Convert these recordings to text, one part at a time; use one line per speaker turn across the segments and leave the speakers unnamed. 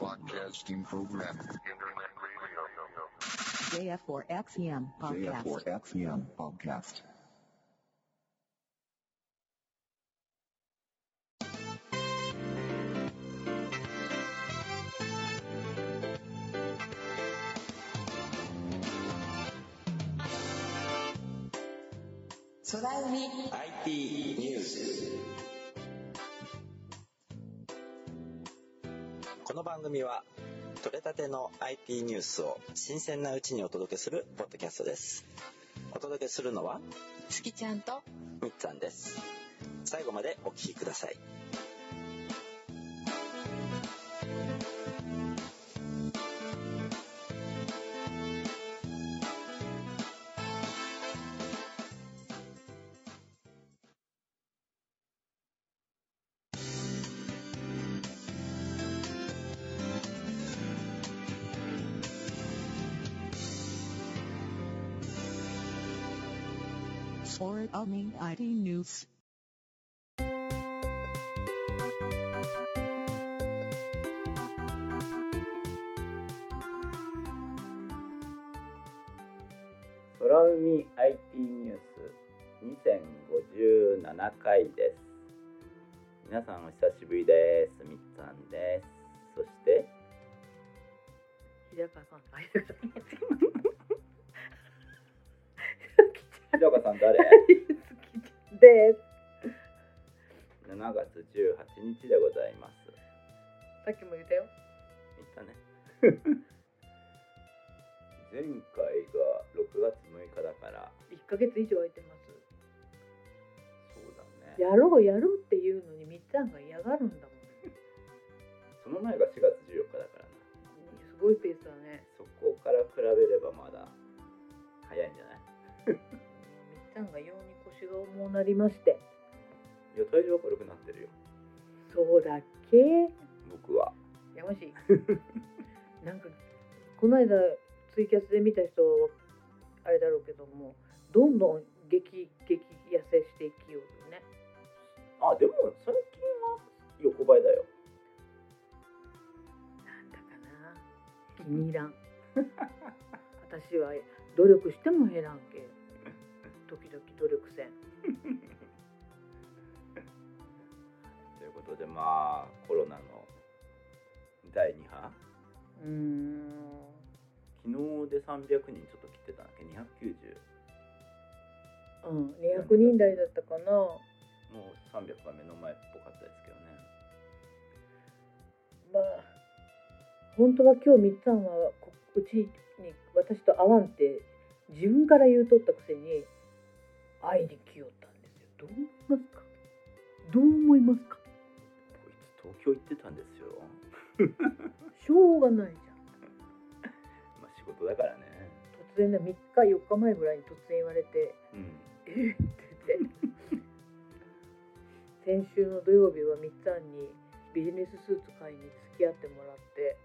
Podcasting program.
Internet radio.
JF4XEM E podcast.
JF4XEM podcast.
空海
IT ニュースこの番組は取れたての IT ニュースを新鮮なうちにお届けするポッドキャストですお届けするのは
月ちゃんと
みっちゃんです最後までお聞きください
ソルアミン IT ニュース。
空海 IT ニュース2057回です皆さんお久しぶりですみっちゃんですそして
日高さん大丈夫だと思
平岡さん誰
って。で、
7月18日でございます。
さっきも言ったよ。
見たね。 前回が6月6日だから、
一ヶ月以上空いてます。
そうだね。
やろうやろうっていうのにみっちゃんが嫌がるんだもん。
その前が4月14日だからな。
すごいペースだね。
そこから比べればまだ早いんじゃない
みっちゃんがように腰が重うなりまして。
いや、体重は軽くなってるよ。
そうだっけ？
僕は。
やましい。 なんかこの間ツイキャスで見た人はあれだろうけども、どんどん激激痩せしていきようね。
あ、でも最近は横ばいだよ。
なんだかな気に入らん 私は努力しても減らんけ時々努力せん
ということで、まあ、コロナの第2波。
うーん
昨日で300人ちょっと切ってたんだっけ ?290。
うん200人台だったかな
もう300が目の前っぽかったですけどね。
まあ本当は今日みっつぁんはこうちに私と会わんって自分から言うとったくせに会いに来よったんですよどう思いますかどう思いますか
こいつ東京行ってたんですよ。
しょうがないじゃん
まあ仕事だからね。
突然だ3日4日前ぐらいに突然言われて
うん。
えって 言って先週の土曜日はみっちゃんにビジネススーツ買いに付き合ってもらって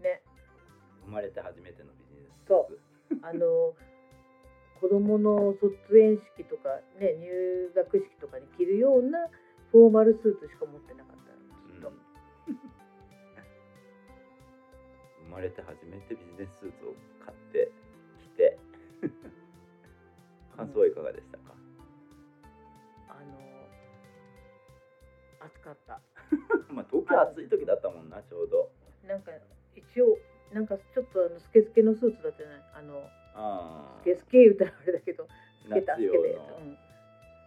ね
生まれて初めてのビジネス。。
そうあの子供の卒園式とかね入学式とかに着るようなフォーマルスーツしか持ってなかったのずっ
ん
と、
生まれて初めてビジネススーツを買って着て 感想はいかがでしたか、
あの暑かった
まあ東京暑い時だったもんなちょうど
なんか一応なんかちょっとあのスケスケのスーツだったじゃないあの
ああ
スケスケ言うたらあれだけどスケたス
夏
ケ
用
たや
の
つ、うん、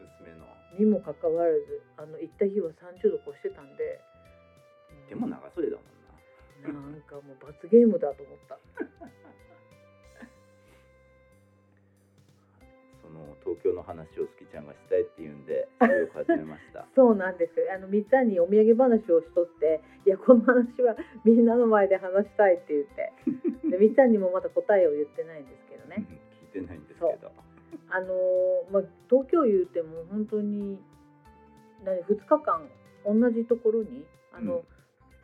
薄めの
にもかかわらずあの行った日は30度越してたんで
でも長袖だもんな
なんかもう罰ゲームだと思った
その東京の話をすきちゃんがしたいっていうんでそれを始めました
そうなんですよあのみっちゃんにお土産話をしとっていやこの話はみんなの前で話したいって言ってでみっちゃんにもまだ答えを言ってないんですけど
う
ね
ん聞いてないんですけど
あのーまあ、東京言うても本当に何2日間同じところにあの、
うん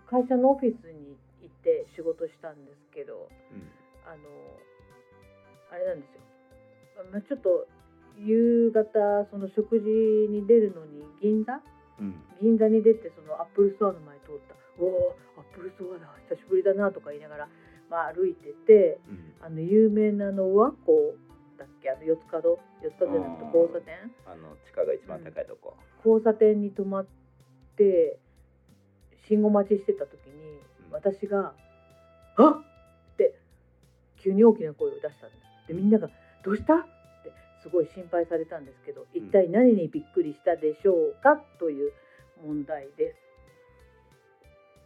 会社のオフィスに行って仕事したんですけど
うん
あのあれなんですよ、まあ、ちょっと夕方その食事に出るのに銀座
うん
銀座に出てそのアップルストアの前通ったおおアップルストアだ久しぶりだなとか言いながら、まあ、歩いてて
うん
あの有名なあの和光だっけあの四つ角四つ角じゃなくて交差点
あの地下が一番高いとこ、
交差点に止まって信号待ちしてた時に
うん
私が「あっ!」って急に大きな声を出したんですでみんなが「どうした?」ってすごい心配されたんですけど一体何にびっくりしたでしょうかという問題です。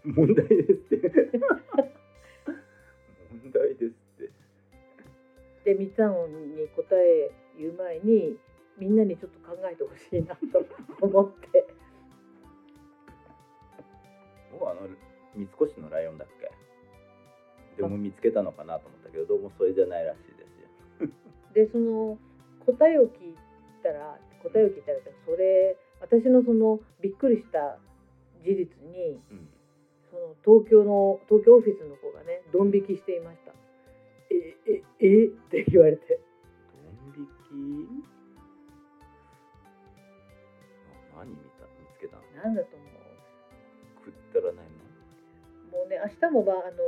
問題ですって 問題ですって
で三つ編に答え言う前にみんなにちょっと考えてほしいなと思って
僕はあの三越のライオンだっけでも見つけたのかなと思ったけどどうもそれじゃないらしいですよ
でその答えを聞いたら答えを聞いたらそれ私のそのびっくりした事実に
うん
その東京の東京オフィスの子がねドン引きしていました。えええって言われて
ドン引きあ何見た見つけたの
なんだと思
くったらないも
うも
ん
うね明日もばあの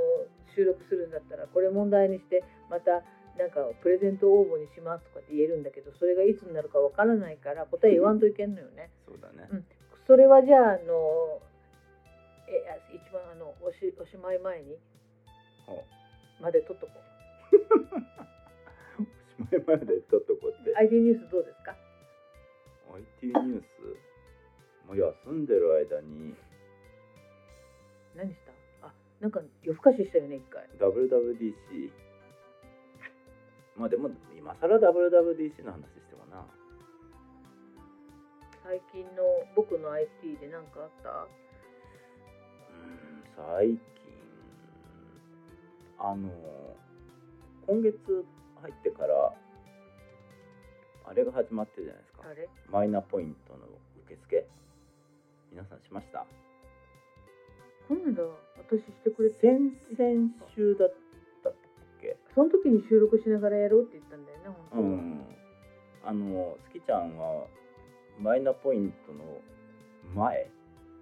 収録するんだったらこれ問題にしてまたなんかプレゼント応募にしますとかって言えるんだけどそれがいつになるかわからないから答え言わんといけんのよね。
そうだね、
うんそれはじゃああのえあ一番あのおしおしまい前に
お
まで撮っとこう
おしまいまで撮っとこうって
ID ニュースどうですか
IT ニュースもう休んでる間に
何したあなんか夜更かししたよね一回
WWDC まあでも今更 WWDC の話してもな
最近の僕の IT で何かあった
うん最近あの今月入ってからあれが始まってるじゃないですか
あれ
マイナポイントの受付皆さんしました
今度私してくれて
先々週だったっけ
その時に収録しながらやろうって言ったんだよね
う
本
んあのスキちゃんはマイナポイントの前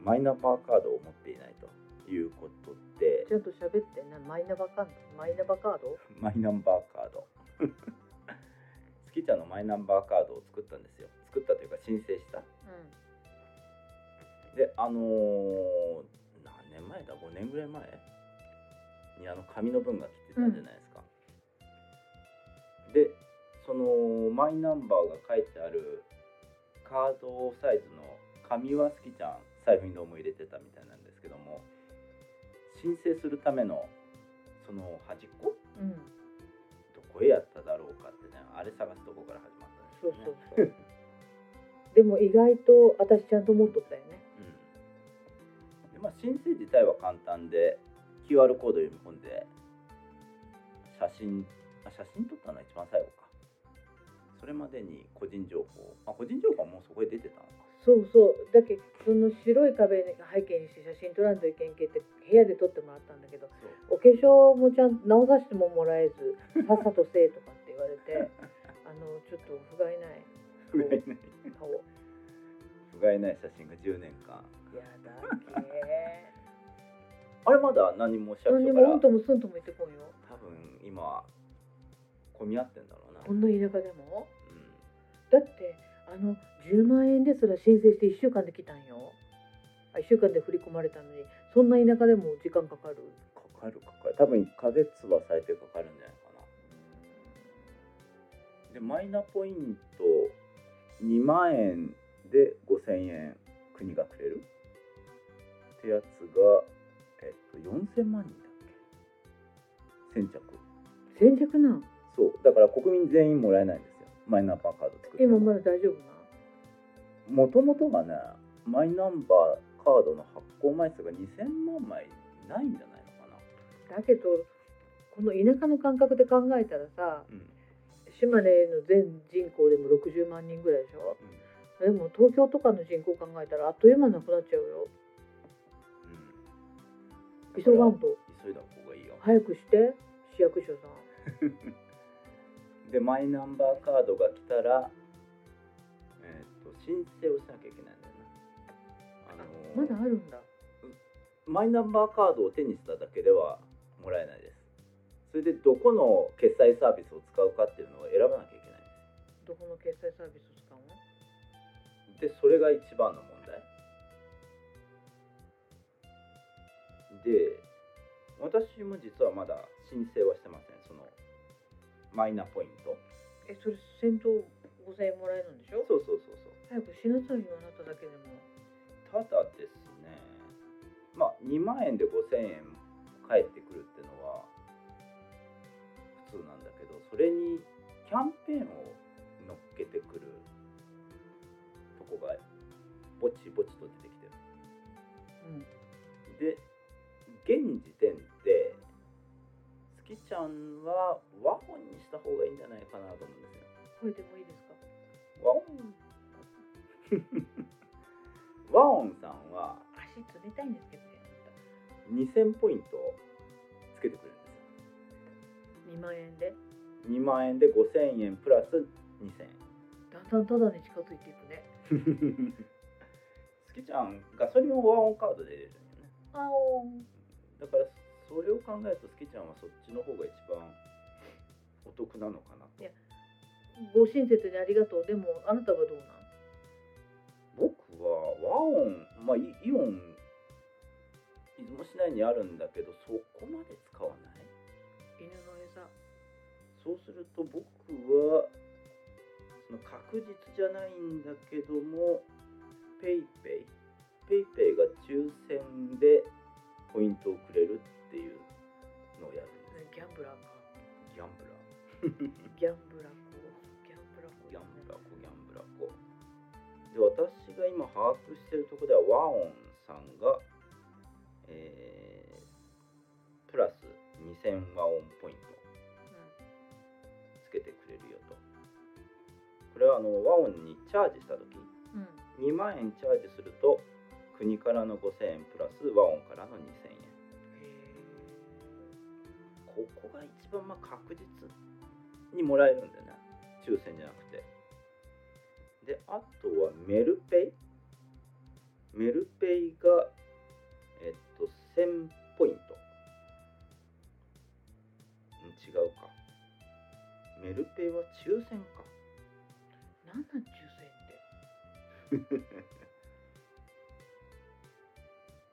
マイナンバーカードを持っていないということで
当、ちゃんと喋ってなマイナバカードマイナバカード
マイナンバーカード スキちゃんのマイナンバーカードを作ったんですよ作ったというか申請した
う
であのー何年前だ5年ぐらい前にあの紙の分が来てたじゃないですか、でそのマイナンバーが書いてあるカードサイズの紙は好きちゃん財布にどうも入れてたみたいなんですけども申請するためのその端っこ
んうん
どこへやっただろうかってねあれ探すとこから始まったんです
そ
よ
う
ね
そうそうでも意外と私ちゃんと持っとったよね
うんでまあ、申請自体は簡単で QR コード読み込んで写真あ写真撮ったのは一番最後かそれまでに個人情報あ個人情報はもうそこへ出てたのか
そうそうだけどその白い壁に背景にして写真撮らんといけんけって部屋で撮ってもらったんだけど
そ
お
う
化粧もちゃんと直させてももらえ ずさっさとせえとかって言われてあのちょっと不甲斐ない
不甲斐ない
顔や
不甲斐ない写真が10年間
だっけ
あれまだ何も 社長
何に
か
もう
ら
んともすんとも言ってこいよ
多分今混み合ってんだろうな、
こ
うんん、
な田舎でもだってあの10万円ですら申請して1週間で来たんよあ1週間で振り込まれたのにそんな田舎でも時間かかる
かかるかかる多分1ヶ月は最低かかるんじゃないかなでマイナポイント2万円で5000円国がくれるってやつが、えっと、4000万人だっけ先着
先着なん
そうだから国民全員もらえないんですよマイナンバーカード作って
今ま
も
だ大丈夫な
もともとがねマイナンバーカードの発行枚数が2000万枚ないんじゃないのかな、
だけどこの田舎の感覚で考えたらさ
うん
島根の全人口でも60万人ぐらいでしょでも東京とかの人口考えたらあっという間なくなっちゃうよ
うん、
急がんと
急いだ方がいいよ
早くして市役所さん
でマイナンバーカードが来たら、えー、と申請をしなきゃいけないんだよ
ま
な、あの
だあるんだ
マイナンバーカードを手にしただけではもらえないですそれでどこの決済サービスを使うかっていうのを選ばなきゃいけないんで
ど
す
この決済サービスを使うの
でそれが一番の問題で私も実はまだ申請はしてませんそのマイナポイント
えそれ先頭5000円もらえるんでしょ
そうそうそうそう
早くしなさいよあなただけでも
ただですねまあ2万円で5000円返ってくるっていうのは普通なんだけどそれにキャンペーンを乗っけてくるとこがぼちぼちと出てきてる
うん
で現時点で月ちゃんは和本にした方がいいんじゃないかなと思うんですよ
これでもいいですか
和音 和音さんは
足冷たいんですけどねあ
2000ポイントをつけてくれるんですよ
なた2万円で
2万円で5000円プラス
だんだんただに近づいていくね
2000円好きちゃんガソリンをワンオンカードで入れるんだよね
あお
だからそれを考えると好きちゃんはそっちの方が一番お得なのかなと
いやご親切にありがとうでもあなたはどうなん
僕は和音まあイイオン出雲市内にあるんだけどそこまで使わない
犬の餌
そうすると僕はその確実じゃないんだけども PayPay PayPay が抽選でポイントをくれるっていうのをやるんです
ギャンブラーか
ギャンブラ
ギャンブラーこうギャンブラーこ
ー
う
ギャンブラコギャンブラコで私が今把握してるとこではワオンさんがえープラス2000ワオンポイントつけてくれるよとこれはあの和音にチャージした時
うん、うん、
2万円チャージすると国からの5000円プラス和音からの2000円ここが一番まあ確実にもらえるんだよね抽選じゃなくてであとはメルペイメルペイがえっと1000ポイントん違うかメルペイは抽選か
なんなん抽選って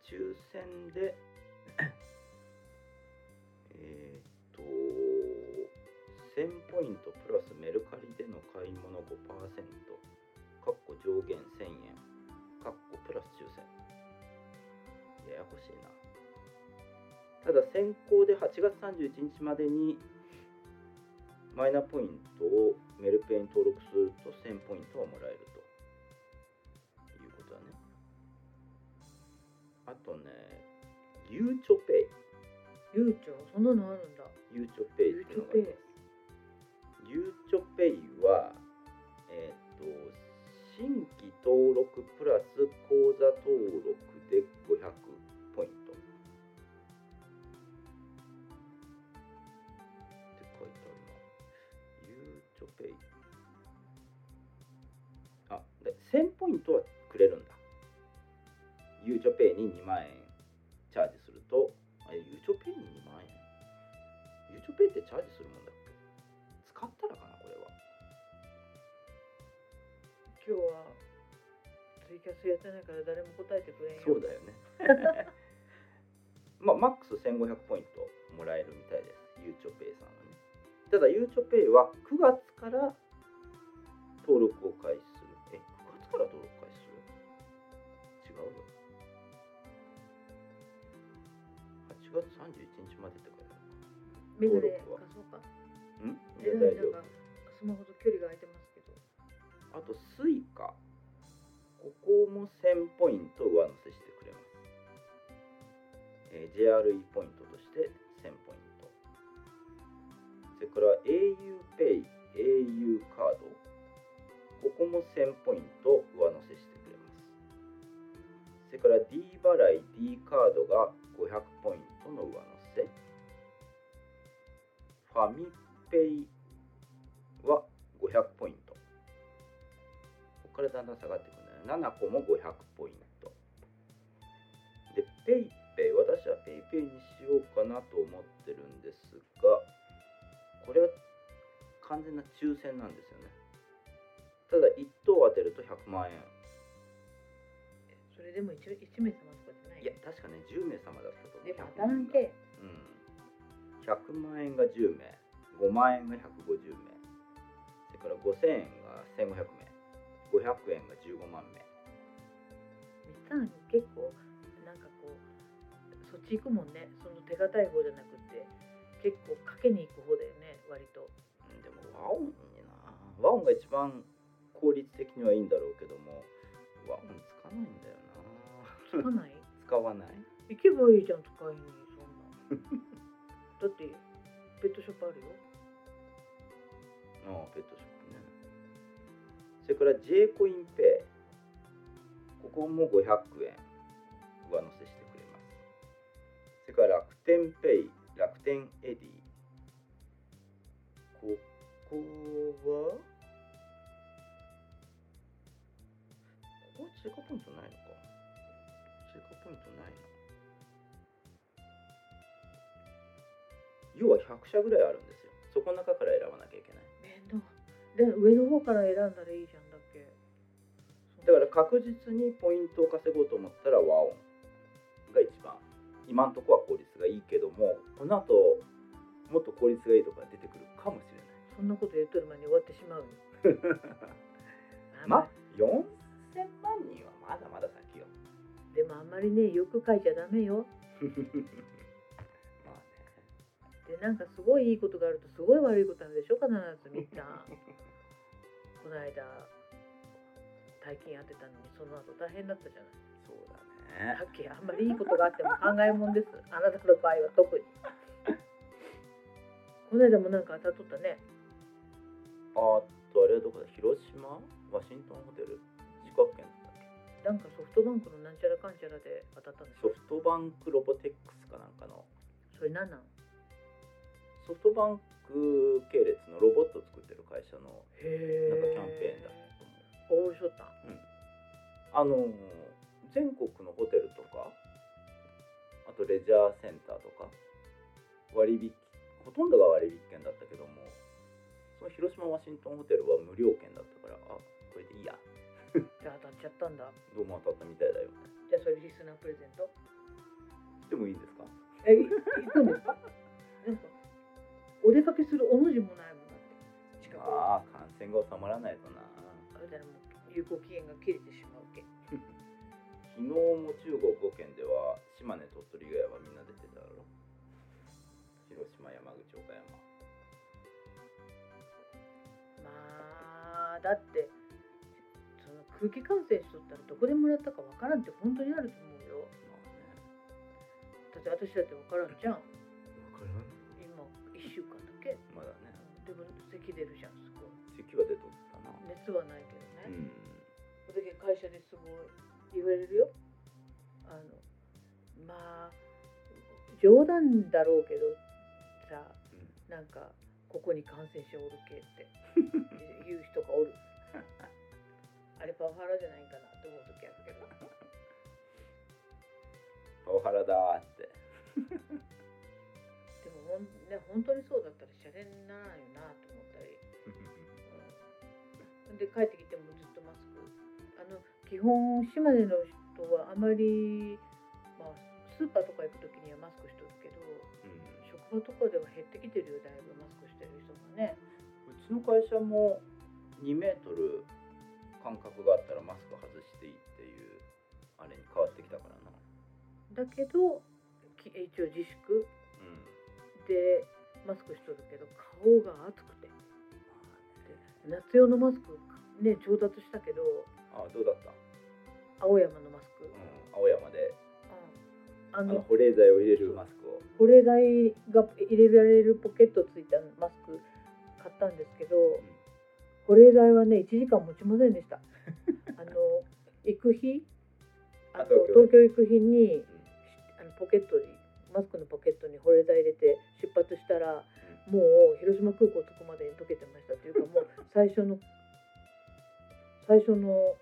抽選で えーっと1000ポイントプラスメルカリでの買い物5%かっこ上限1000円かっこプラス抽選ややこしいなただ先行で8月31日までにマイナポイントをメルペイに登録すると1000ポイントはもらえるということだねあとね、ゆうちょペイ。
ゆうちょそんなのあるんだ
ゆうちょペイっていうのがあります。ゆうちょペイは、えーっと、新規登録プラス口座登録で500ポイント。って書いてあるな。ゆうちょペイ。あ、で1000ポイントはくれるんだ。ゆうちょペイに2万円チャージすると、あゆうちょペイに2万円ゆうちょペイってチャージするもんだっけ使ったらかなこれは
今日はツイキャスやってないから誰も答えてくれんよ
そうだよね まあマックス1500ポイントもらえるみたいですゆうちょペイさんはねただゆうちょペイは9月から登録を開始するえ9月から登録開始する違うよ8月31日までって書いてある
メガネ貸
登録は
そうか
うんい
メ
や
ガネなん
大丈夫
かスマホと距離が空いてますけど
あとスイカここも1000ポイント上乗せしてくれます、えー JRE ポイントとして1000ポイントそれから auPay au カードここも1000ポイント上乗せしてくれますそれから D 払い D カードが500ポイントの上乗せファミペイは500ポイントここからだんだん下がってくるね。7個も500ポイント。で、PayPay ペイ私はペイペイにしようかなと思ってるんですがこれは完全な抽選なんですよねただ1等当てると100万円
それでも一応一名様とかじゃない
いや確かね10名様だったと思う
でも
100
当たらんて
うん、100万円が10名5万円が150名それから5000円が1500名500円が15万名
三つ穴結構なんかこうそっち行くもんねその手堅い方じゃなくて結構かけに行く方だよね割と
うんでも和音にな和音が一番効率的にはいいんだろうけども和音使わないんだよ
使わ
な
ない
使わない
行けばいいじゃん使いにそんな だってペットショップあるよ
ああペットショップねそれから J コインペイここも500円上乗せしてくれますそれから楽天ペイ楽天エディここはここは追加ポイントないのか追加ポイントないな要は100社ぐらいあるんですよそこの中から選ばなきゃいけない
面倒で上の方から選んだらいいじゃんだっけ
だから確実にポイントを稼ごうと思ったら和音が一番今のところは効率がいいけどもこの後もっと効率がいいとか出てくるかもしれな
そんなこと言ってる前に終わってしまうよ
いまあ4000万人はまだまだ先よ
でもあんまりねよく書いちゃダメよ
まあ
で
ね
なんかすごいいいことがあるとすごい悪いことあるでしょ必ずみん なこの間大金当てたのにその後大変だったじゃない
そうだ
さ
ね
っきあんまりいいことがあっても考えもんですあなたの場合は特にこの間もなんか当たっとったね
あとあれはどこだ広島ワシントンホテル四国県だった
な
っ
んかソフトバンクのなんちゃらかんちゃらで当たったんで
け
し
ソ
ょ
フトバンクロボテックスかなんかの
それなんなん
ソフトバンク系列のロボットを作ってる会社の
へえ
なんかキャンペーンだったと思う
応募しとったん
あのー全国のホテルとかあとレジャーセンターとか割引ほとんどが割引券だったけどもその広島ワシントンホテルは無料券だったからあこれでいいや
じゃあ当たっちゃったんだ
どうも当たったみたいだよ
じゃあそれリスナープレゼント
でもいいんですか
え、 行くんですか。なんか。お出かけするおの字もないもんだって。近く。あ
ああ感染が収まらないとな
れだね、もう有効期限が切れてしまうけ。
昨日も中国5県では島根鳥取以外はみんな出てたろ広島山口岡山
まあ、だって。その空気感染しとったら、どこでもらったかわからんって、本当にあると思うよ。
まあね
だって、私だってわからんじゃん。
分からん
今、一週間だけ。
まだね
でも、咳出るじゃん、すごい。
咳は出とったな
熱はないけどね。
うん
それだけ会社ですごい言われるよあのまあ冗談だろうけどさなんかここに感染者おるけって言う人がおるあれパワハラじゃないかなと思う時あるけど
パワハラだーって
でもほん、ね、本当にそうだったらシャレにならんよなと思ったり、うん、で帰ってきてもずっとマスクあの基本島根の人はあまり、まあ、スーパーとか行く時にはマスクしとるけど
う
職場とかでは減ってきてるよだいぶマスクしてる人もね
ちの会社も2メートル間隔があったらマスク外していいっていうあれに変わってきたからな
だけどき一応自粛
うん
でマスクしとるけど顔が熱くて夏用のマスクね調達したけど
あどうだった、
青山のマスク、
うん、青山で
うんあ
あ
の
の保冷剤を入れるマスクを
保冷剤が入れられるポケットついたマスク買ったんですけど保冷剤はね1時間持ちません でしたあの行く日あの
あ東京
東京行く日に
うん
あのポケットにマスクのポケットに保冷剤入れて出発したらもう広島空港着くまでに溶けてましたというかもう最初の最初の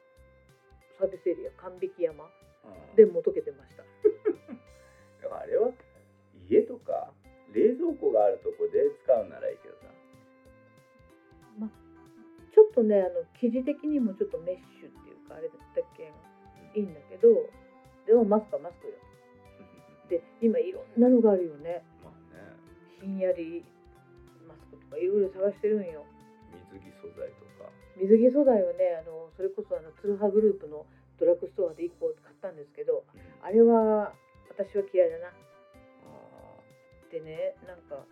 サービスエリア神引山
うん
でもう溶けてました
でもあれは家とか冷蔵庫があるとこで使うならいいけどさ
ちょっとねあの生地的にもちょっとメッシュっていうかあれだったっけいいんだけどでもマスクはマスクよで今いろんなのがあるよね
まあ
ひんやりマスクとかいろいろ探してるんよ
ね水着素材とか
水着素材はねあのそれこそあのツルハグループのドラッグストアで1個買ったんですけどあれは私は嫌いだな
あ
でねなんか、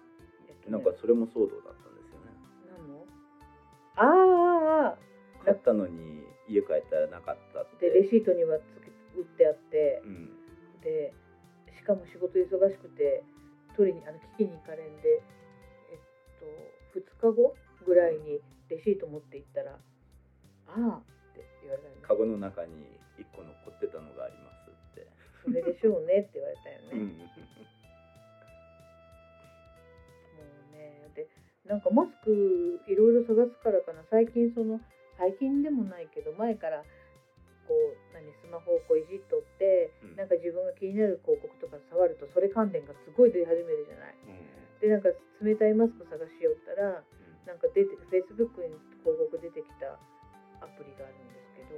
えっ
ー
とね
なんかそれも騒動だったんですよね
なんのあーあーあ
買ったのに家帰ったらなかったっ
ー
て
でレシートにはつけ打ってあって
うん
でしかも仕事忙しくて取りにあの聞きに行かれんでえっと2日後ぐらいにレシート持って行ったら「ああ」って言われたよね
カゴの中に1個残ってたのがありますって
それでしょうねって言われたよね、もうねでなんかマスクいろいろ探すからかな最近その最近でもないけど前からこう何スマホをこういじっとって
うん
なんか自分が気になる広告とか触るとそれ関連がすごい出始めるじゃない
うん
でなんか冷たいマスク探しよったらなんか出て Facebook に広告出てきたアプリがあるんですけど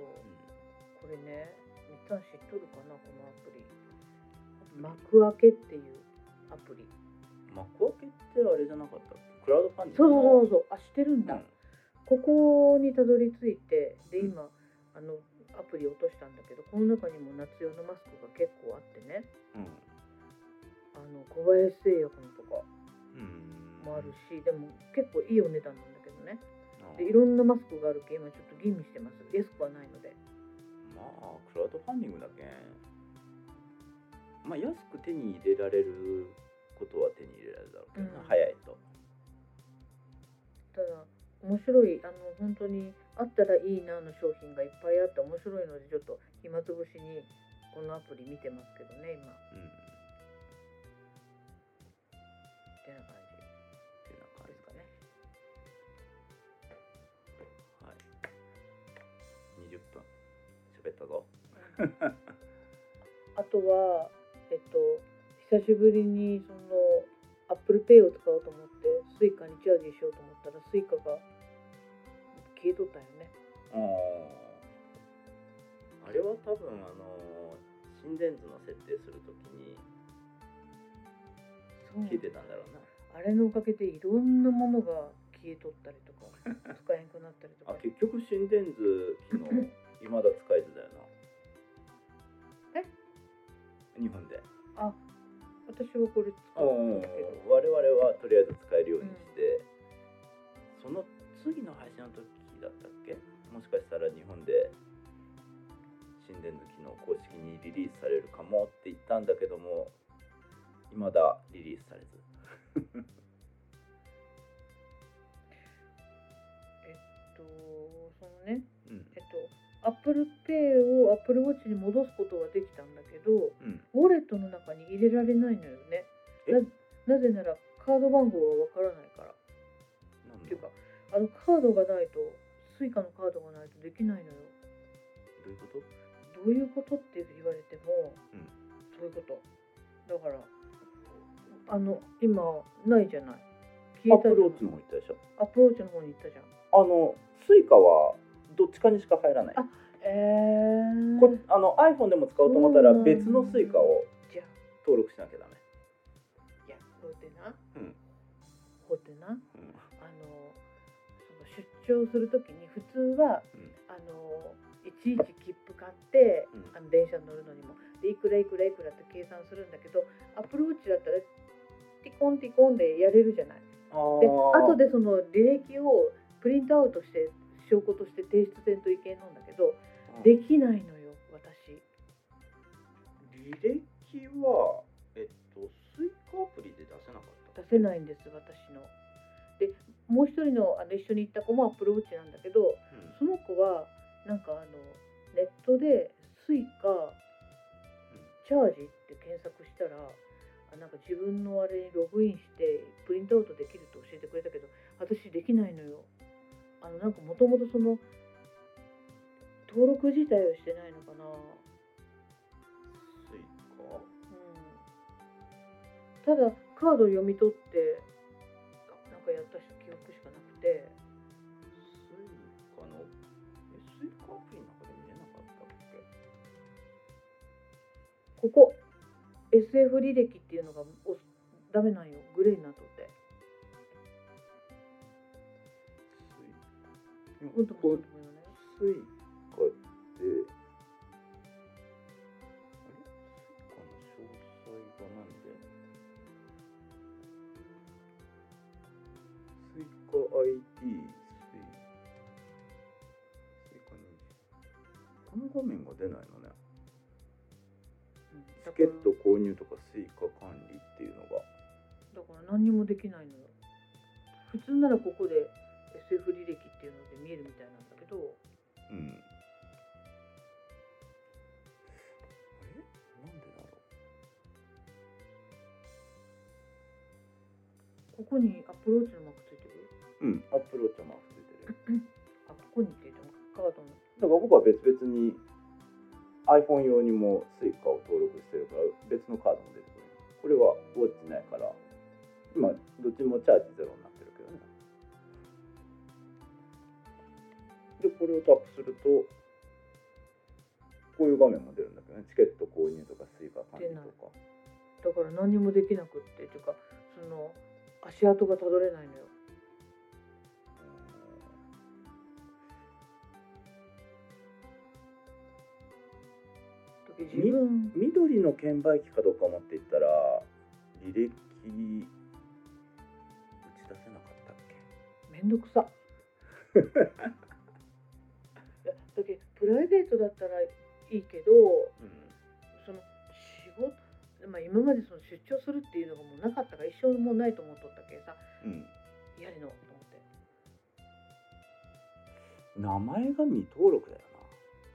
これねみっちゃん知っとるかなこのアプリ幕開けっていうアプリ
幕開けってあれじゃなかったっけクラウドファンディン
そうそうそ
グ
う
う
そうあ知ってるんだ、
ん
ここにたどり着いてで今、あのアプリ落としたんだけどこの中にも夏用のマスクが結構あってねあの小林製薬のとか
うん
もあるしでも結構いいお値段なんだけどね
あ
でいろんなマスクがあるけ今ちょっと吟味してます安くはないので
まあクラウドファンディングだけんまあ安く手に入れられることは手に入れられるだろうけどな、
うん
早いと
ただ面白いあの本当にあったらいいなの商品がいっぱいあって面白いのでちょっと暇つぶしにこのアプリ見てますけどね今
うんっ
ってな感じ
ていうような感
で
じ
すかね
はい20分喋ったぞ
あとはえっと久しぶりにその ApplePay を使おうと思ってスイカにチャージしようと思ったらスイカが消えとったよね
あれは多分あの心電図の設定するときに
そう
聞いてたんだろうな、
あれのおかげでいろんなものが消えとったりとか使えんくなったりとか
あ結局心電図 昨日今だ使えてたよな
え
日本で
あ私はこれ使
う
うん
うんうん
だけど
我々はとりあえず使えるようにして、その次の配信の時だったっけもしかしたら日本で心電図機能公式にリリースされるかもって言ったんだけども未だリリースされず
えっとそのね
うん
えっと ApplePay を AppleWatch に戻すことはできたんだけど
うん
ウォレットの中に入れられないのよね
え
ななぜならカード番号はわからないから
なん
ってい
だ
うかあのカードがないとスイカのカードがないとできないのよ
どういうこと
どういうことって言われても、
うん
そういうことだからあの今ないじゃない消
ア
えた
プ
じゃ
ロ
ない
ーチの方行ったでしょ
アプローチの方に行ったじゃん
あのスイカはどっちかにしか入らない
あえー、
こあの iPhone でも使おうと思ったら
そうなんだ
別のスイカを
じゃあ
登録しなきゃダメ、
いやこうやってな、
うん
こうやってなあ
うん
のその出張するときに普通は、
うん
あのいちいち切符買って、
うん
あの電車に乗るのにもでいくらいくらいくらって計算するんだけどアプローチだったらティコンティコンでやれるじゃない。で
あ
後でその履歴をプリントアウトして証拠として提出せんといけんのんだけどできないのよ私。
履歴は、えっと、スイカアプリで出せなかった
出せ
い、
ないんです私の。でもう一人のあの一緒に行った子もアプローチなんだけど
うん
その子はなんかあのネットで「スイカチャージ」って検索したらあなんか自分のあれにログインしてプリントアウトできると教えてくれたけど私できないのよ。あのなんかもともとその登録自体をしてないのかな。
スイカ
うんただカード読み取ってなんかやった記憶しかなくて
スイカのえスイカアプリの中で見れなかったっけ
ここ SF 履歴っていうのがおダメなんよグレーになっとってもっともっともよね
スイスイカって、あれスイカの詳細がなんでスイカ ID、スイスイカ認この画面が出ないの
う
ね。
んだから
チケット購入とかスイカ管理っていうのが。
だから何にもできないのよ普通ならここで SF 履歴っていうので見えるみたいなんだけど
うん。えなんでだろう
ここにアプローチのマークついてる
うん、アップローチはマークついてる。
あここについてるカードの
だから僕は別々に iPhone 用にも Suica を登録してるから別のカードも出てくる。これはウォッチないから、今どっちもチャージゼロになってるけどね。で、これをタップすると、こういう画面も出るんだけどね。チケット購入とか Suica 管理と
だか
か。
ら何にもできなくってっていうかその足跡がたどれないのよだけど自分
緑の券売機かどうか持っていったら履歴打ち出せなかったっけ
めんど くさいやだけどプライベートだったらいいけど
う
その仕事まあ、今までその出張するっていうのがもうなかったから一生もうないと思っとったけさ
ん、
やるのと思って
名前が未登録だよ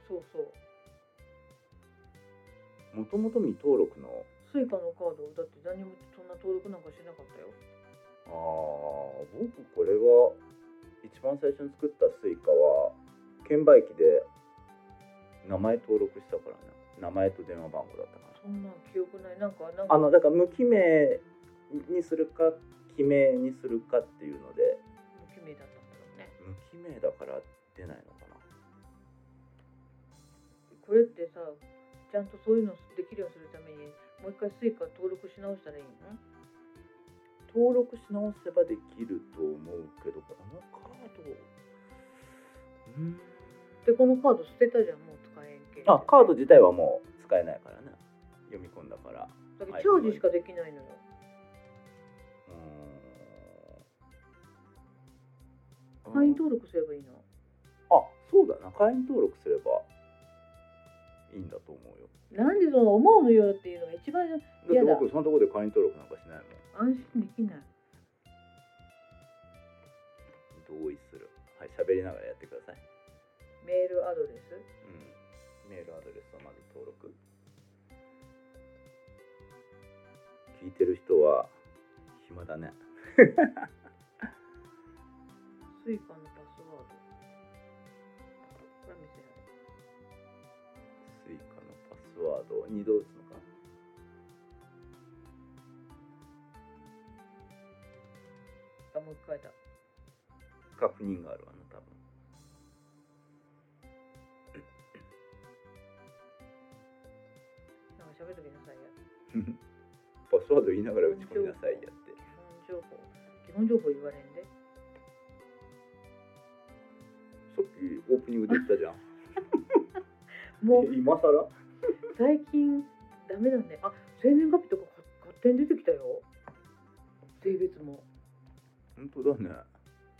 そうそう
なもともと未登録の
スイカのカードだって何もそんな登録なんかしなかったよ
ああ僕これは一番最初に作ったスイカは券売機で名前登録したからね名前と電話番号だったから
そんな記憶ないなんかなんか
あのだから無記名にするか記名にするかっていうので
無記名だったんだろうね
無記名だから出ないのかな
これってさちゃんとそういうのできるようにするためにもう一回スイカ登録し直したらいいの
登録し直せばできると思うけどこのカードうーん
でこのカード捨てたじゃんもう使えんけん
あカード自体はもう使えないからね読み込んだから
だけどチャージしかできないのよ
うーん
会員登録すればいいの
あそうだな会員登録すればいいんだと思うよ
なんでその思うのよっていうのが一番
だ
や
っ
だ
て僕そのとこで会員登録なんかしないもん
安心できない
同意するはい喋りながらやってください
メールアドレス
うん、メールアドレスをまず登録聞いてる人は暇だね
スイカのパスワードこれ見せられる
スイカのパスワードを2度打つのか
あもう一回だ
確認があるわな多分
なんか喋っときなさいや
パスワード言いながら打ち込みなさいやって
基本情報基本情報言われんで
さっきオープニングで言ったじゃん
もう
え今更
最近ダメだねあ生年月日とかか勝手に出てきたよ性別も
本当だね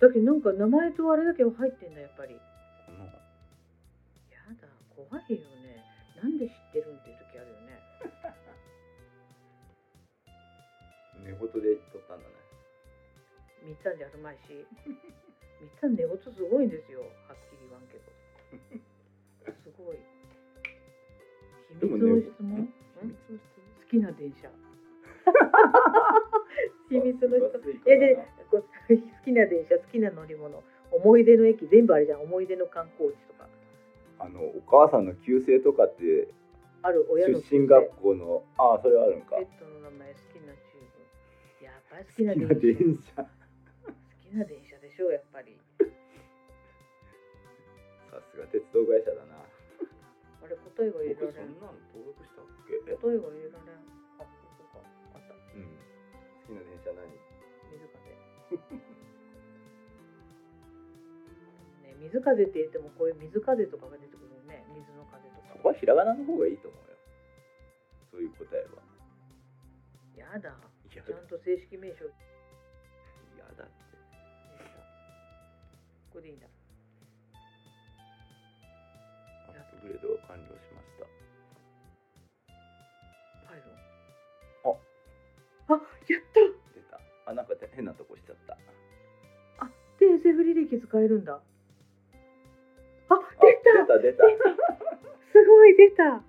だけどなんか名前とあれだけは入ってんだやっぱりや
この
だ怖いよねなんで知ってるんっていう時あるよね
寝言で言っとったんだね
みっつんじゃあるまいしみっつん寝言すごいんですよはっきり言わんけどすごい秘密の質問ん
秘密
好きな電 車秘密の質問
スイカ
い
だ
や
な
でこう好きな電車好きな乗り物思い出の駅全部あれじゃん思い出の観光地とか
あのお母さんの旧姓とかって
ある親の
出身学校のああそれはあるんか
ペットの名前好きな地十分やっぱり好きな
好き
電車
な電車
好きな電車でしょうやっぱり
さすが鉄道会社だな
あれ答えが入れら
僕
れ
そ
ん
んなん登録したっけえ
答えが入れられんあそうかあった
うん好きな電車何
水風 ね水風って言ってもこういう水風とかが出てくるよね水の風と
そ
か
こはひらがなの方がいいと思うよそういう答えは
やだ
いや
ちゃんと正式名称で
嫌だって
したこれでいいんだ
アップグレードが完了しました
パイロンあやった
出たあなんか変なとこしちゃった
で SF 履歴使えるんだあ
あ
出た
出た出た
すごい出た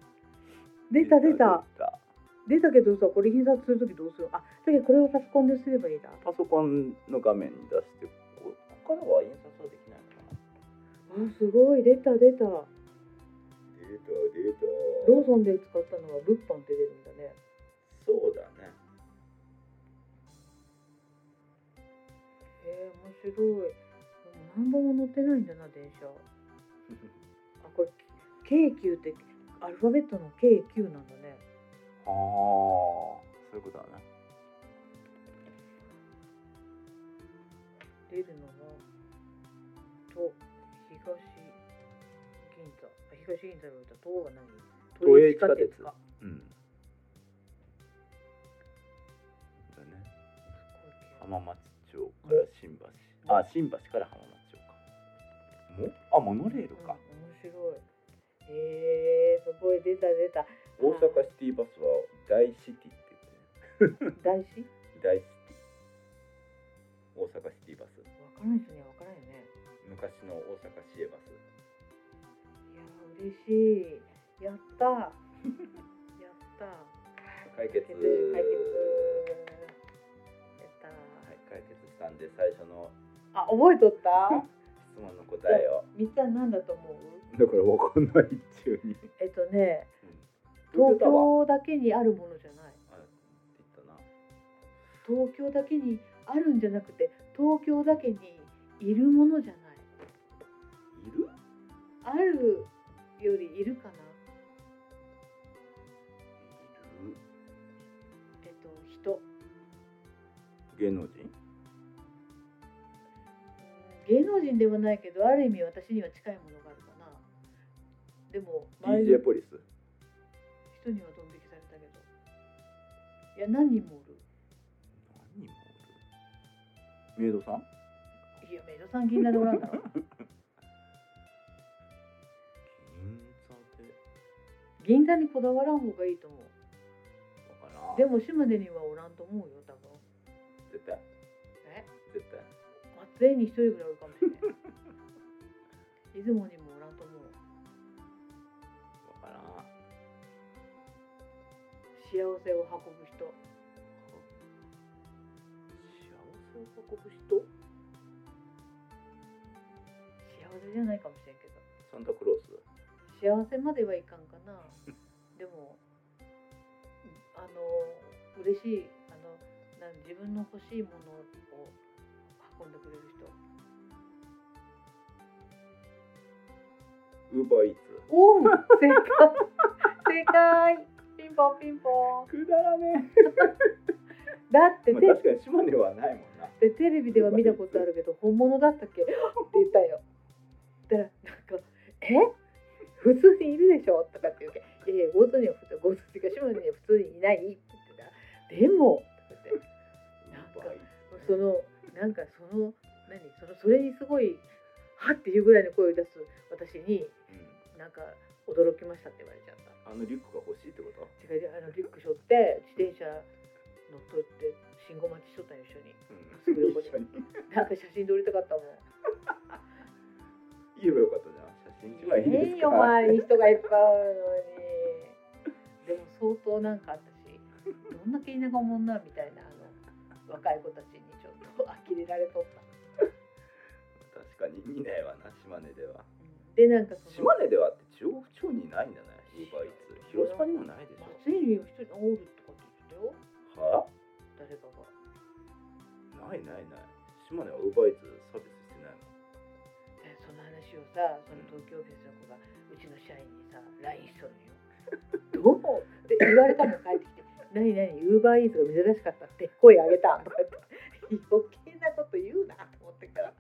出た出た
出た
出たけどさこれ印刷するときどうするあだけどこれをパソコンですればいいだ
パソコンの画面に出してここからは印刷はできないのかな
あすごい出た出たロ
出た出た
ーソンで使ったのは物販って出るんだね
そうだね
へえ面白い何本も載ってないんだな電 車あこれ K9 ってアルファベットの K9 なんだね
ああそういうことだね
出るのはと東銀座あ東銀座に置いた東は何
都営地下鉄
か
うんだね
す
浜松町から新橋あ新橋から浜松町かもあモノレール
ごい
か、
うん面白いへえすごい出た出た
大阪シティバスは大シティって言ってね
大師
大シティ大阪シティバス
わからない人にはわからないよね
昔の大阪市営バス
いや嬉しいやった やった
解決
解決解決やった、
はい、解決したんで最初の
あ覚えとった
質問の答えを
みっちゃんなんだと思う
だからわかんないっちゅうに
えっとね
東
東
京は
京だけにあるものじゃない
あって言ったな
東京だけにあるんじゃなくて東京だけにいるものじゃない
いる
あるよりいるかない
る
えっと人
芸能人
芸能人ではないけどある意味私には近いものがあるかなでも周りの
DJ ポリス
人にはドン引きされたけどいや何人もおる
何もおるメイドさん
いやメイドさん銀座でおらんだろ
銀座で
銀座にこだわらん方がいいと思う
わからん
でも島根にはおらんと思うよ多分
絶対
え
絶対
松江に一人ぐらいおるかもしれない出雲にもおらんと思う
わからん
幸せを運ぶ人
幸せを運ぶ人
幸せじゃないかもしれんけど
サンタクロース
幸せまではいかんかなでもあの嬉しいあのなん自分の欲しいものを運んでくれる人
ウーバーイーツ
おお正解正解ピンポンピンポン
くだらね
だって
え、
て、
まあ、確かに島根はないもんな
でテレビでは見たことあるけど本物だったっけって言ったよ。だからなんか「え普通にいるでしょ?」とかって言うけど「いやいやゴーズには普通ゴーズっていうか島根には普通にいない」って言ってたら「でも」とか言って
ウ
なん
ー
か
バーイーツ
そのなんかその何そのそれにすごい「はっ」っていうぐらいの声を出す私に
うん
なんか驚きましたって言われちゃった。
あのリュックが欲しいってこと
違うあのリュック背負って自転車乗っとって信号待ちしとったんよ一緒 に
う
すぐ横に
一緒に
なんか写真撮りたかったもん。
言えばよかったじゃん写真一枚いいで
い
すか
いよ周りに人がいっぱいおるのにでも相当なんか私どんだけ田舎もんなみたいなあの若い子たちにちょっと呆れられとった、
確かにいないわな島根では
でなんかその
島根ではって中国地方にいないんじゃないウーバーイーツ広島にもないでしょ
松井に一人おるとかって言ってたよ
は
だ
ないないない島根はウーバーイーツサービスしてないもん
でその話をさその東京オフィスの子がうちの社員にさ LINE しとるんよ どうもって言われたの帰ってきて「 何何ウーバーイーツが珍しかったって声あげ た」とか言って余計なこと言うなと思ってから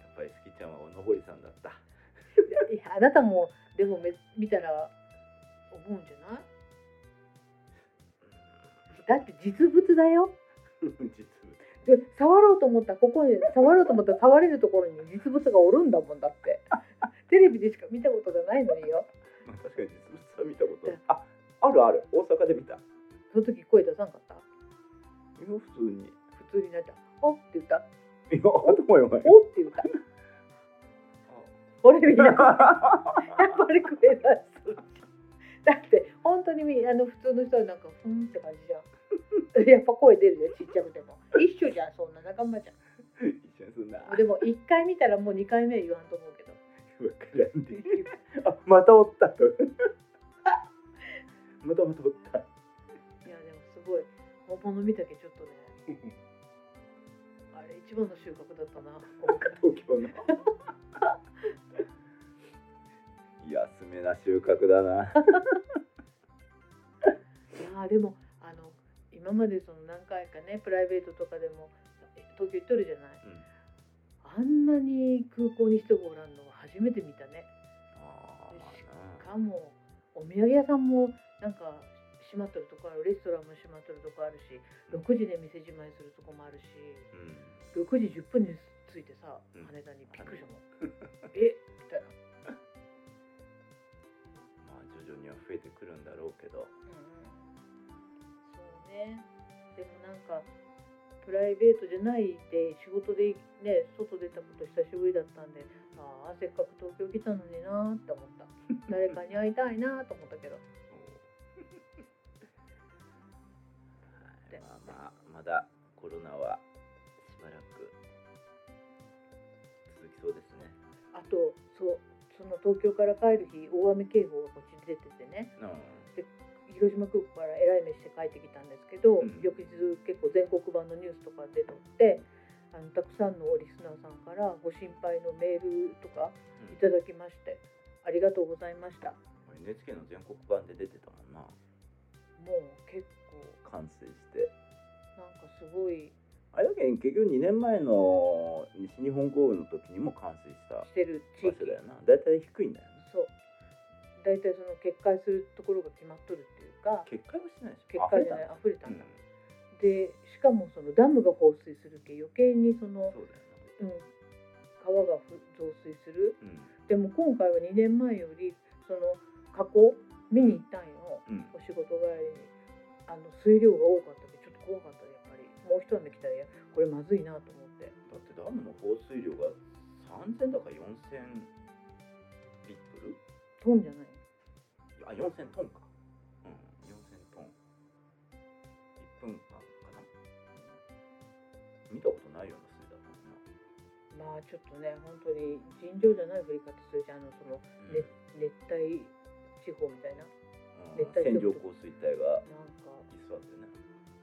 やっぱりスキちゃんはおのぼりさんだった
いやあなたもでもめ見たら思うんじゃないだって実物だよ
実務
で触ろうと思ったらここに触ろうと思ったら触れるところに実物がおるんだもんだ ってテレビでしか見たことがないのによ
まあ確かに実物は見たことないああるある大阪で見たいや
その時声出さんかった
普通にい
普通になっちゃうおって言った
やでもよお前
おって言ったこれみん なやっぱり声出すだって本当にみあの普通の人はなんかふんって感じじゃん やっぱ声出るよちっちゃくても一緒じゃんそんな仲間じゃ
一緒にすんな わ
んでも一回見たらもう二回目は言わんと思うけど
からんであまたおったとまたまたおった
いやでもすごい本物見たけちょっとねあれ一番の収穫だったな今回
東京のいやすめな収穫だ ない
やーでもあの今までその何回かねプライベートとかでも東京行っとるじゃない、
うん
あんなに空港に人がおらんのは初めて見たね
あ
しかもお土産屋さんもなんか閉まってるとこあるレストランも閉まってるとこあるし6時で店じまいするとこもあるし
うん
6時10分に着いてさ
うん
羽田にびっくりしたもんえみたいな
まあ徐々には増えてくるんだろうけ
そ
ど
うねでもなんかプライベートじゃないで仕事でね外出たこと久しぶりだったんでああせっかく東京来たのになーって思った誰かに会いたいなーと思ったけど
はいまあまあまだコロナはしばらく続きそうですね
あとそうその東京から帰る日大雨警報がこっちに出ててね
う
広島空港からえらい目して帰ってきたんですけど、
うん
翌日結構全国版のニュースとか出とってあのたくさんのリスナーさんからご心配のメールとかいただきましてありがとうございました
ん NHK の全国版で出てたもんな
もう結構
完成して
なんかすごい
あれだけ結局2年前の西日本豪雨の時にも冠水した
してる地
場
域
所だよな大体低いんだよね
そう大体その決壊するところが決まっとるっていうか
決壊はしないでし
決
ょ
壊じゃない
溢
溢れ
れた
た
ん
ん
だ
だ、でしかもそのダムが放水するけ余計にその
うん、、そうだよ
うん、川がふ増水する
な
でも今回は2年前よりその河口見に行ったんよ
うんう
お
ん
仕事帰りにあの水量が多かったんでちょっと怖かったねやっぱりもう一雨来たらやこれまずいなと思って
だってダムの放水量が3000だか4000リットル
飛んじゃない
あ4000トンかうん4000トン1分間かな見たことないような水だったもん
ま
な
あちょっとね本当に尋常じゃない降り方するじゃんあのその
うん
ね熱帯地方みたいな
うん
絶対
線状降水帯が
なんか
居座ってね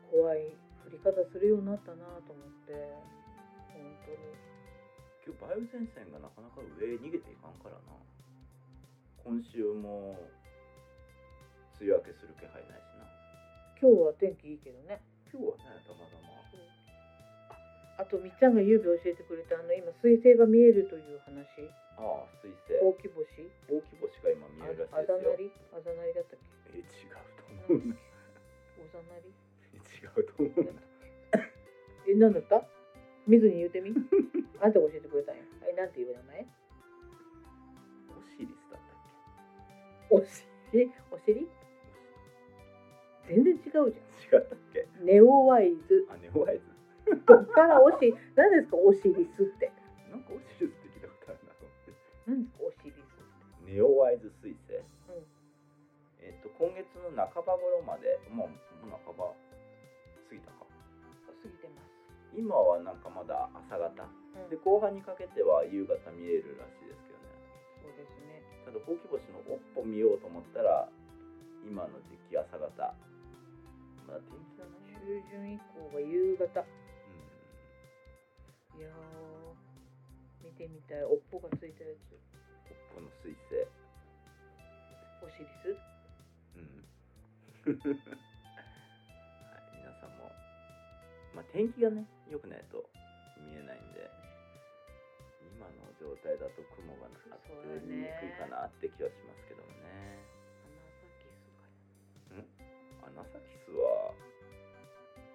怖い降り方するようになったなと思って本当に
今日梅雨前線がなかなか上へ逃げていかんからな今週も梅雨明けする気配ないしな
今日は天気いいけどね
今日はねたまたま
あとみっちゃんがゆうべ教えてくれたあの今彗星が見えるという話
ああ彗星
大きい星
大きい星が今見
あ
える
あ
らしい
ざな
ですよ
りあざなりだったっけ
え違うと思うな
おざなり
違うと思うな
え何だった見ずに言うてみあんたが教えてくれたんやえなんていう名前
オシリスだったっ
お尻お尻全然違うじ
け違ったっけ
ゃんネオワイズ
あネオワイズ
どっからおし 何ですかお尻すって
なんかオシリスって聞いたことあるなと思って
何ですかお尻す
ネオワイズ彗星、
ん
えっと今月の半ば頃までもうもう半ば過ぎたか
過ぎてます
今はなんかまだ朝方
うん
で後半にかけては夕方見えるらしいですけどね
そうですね
ただほうき星の尾っぽ見ようと思ったら今の時期朝方まあ天気がない
中中旬以降は夕方いやー見てみたいおっぽがついたやつ
この彗星
オシリス
うんはい、皆さんも、まあ、天気がね良くないと見えないんで今の状態だと雲がなくて
そうだね
見にくいかなって気はしますけどもね
花咲きすかね
アナサキスは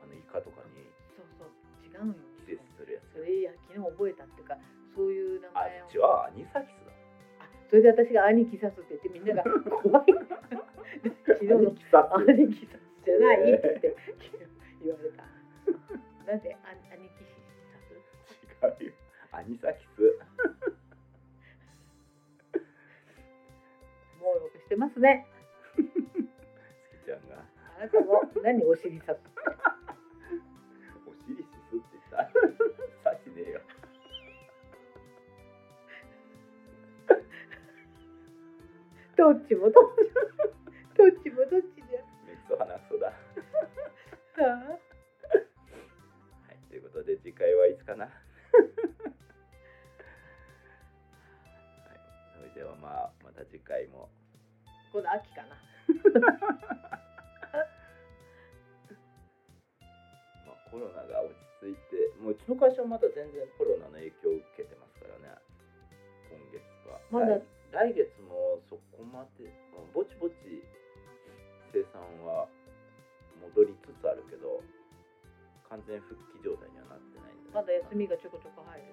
あのイカとかに
そうそう違うのよ
寄生するや
それ
つ
いや昨日覚えたっていうかそういう名
あ
前を
っちはアニサキスだ
あそれで私が兄貴刺すって言ってみんなが怖い 昨日の
キサ
兄貴刺すじゃないって言われたなんであ兄貴刺す
違うよアニサキス
もうしてますね
つきちゃんが
あなたも何お尻刺す
お尻しすって言った さしねえよ
どっちもどっちもどっちもどっちじゃ
目くそ鼻くそだ
さあ
はい、ということで次回はいつかな、はい、 それではまあまた次回も
この秋かな
まあ、コロナが落ち着いてもううちの会社はまだ全然コロナの影響を受けてますからね今月は
まだ
来来月もそこまでうんぼちぼち生産は戻りつつあるけど完全復帰状態にはなってないんで、
まだ休みがちょこちょこ入る
う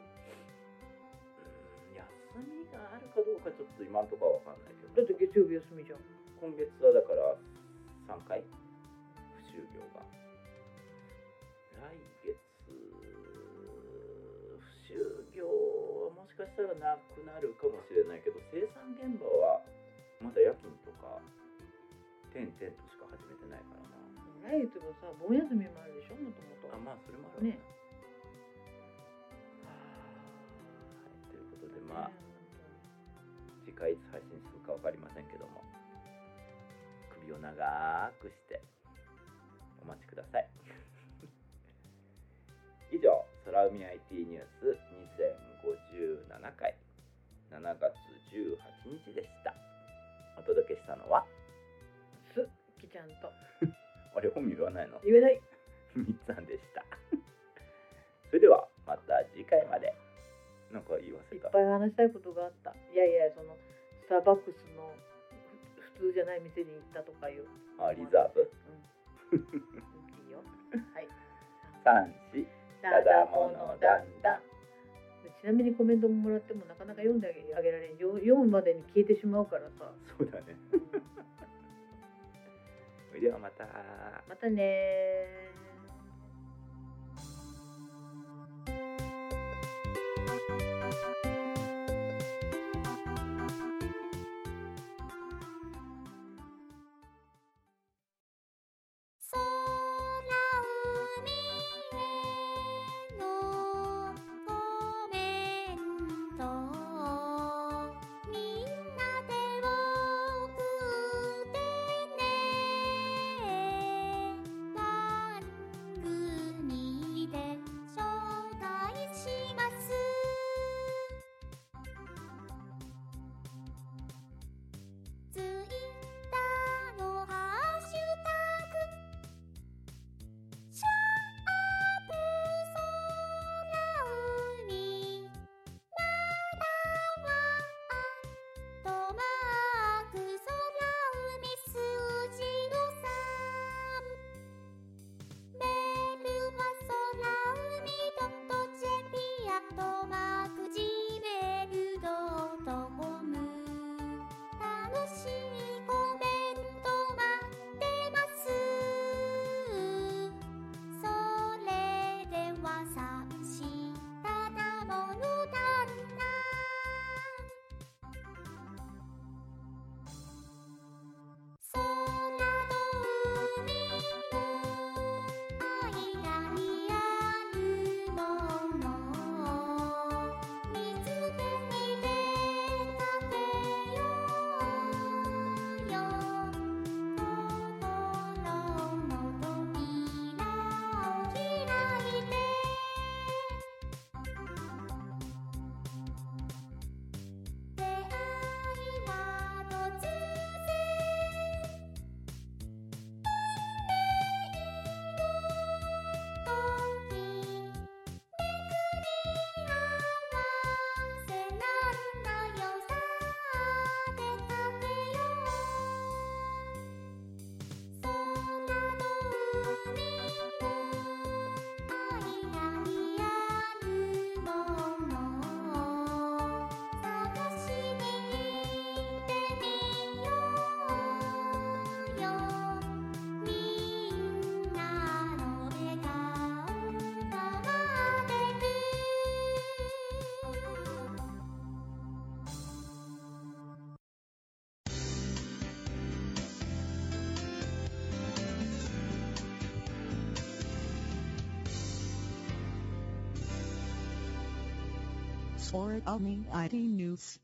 ん休みがあるかどうかちょっと今んとこは分かんないけど
だって月曜日休みじゃん
今月はだから3回不終業が来月不終業はもしかしたらなくなるかもしれないけど生産現場はまだ夜勤とか点々としか始めてないからな
来月もさ盆休みもあるでしょもともと
あまあそれもあるわ
ね
はいということでまあ次回いつ配信するか分かりませんけども首を長くしてお待ちください 以上「空海 IT ニュース2057回」7月18日でしたお届けしたのは
すきちゃんと
あれ本名言わないの
言えない
みっさんでした それではまた次回までなんか言い忘
い
れ
ったぱい話したいことがあったいやいやそのスターバックスのふ普通じゃない店に行ったとかいう
あリザーブ
いいよはい
3 4
ただものだったちなみにコメントももらってもなかなか読んであげられんよ読むまでに消えてしまうからさ、
そうだね
うん
それではまた。
またねー
空海へのコメントみんなで送ってねバン
for Omni ID News.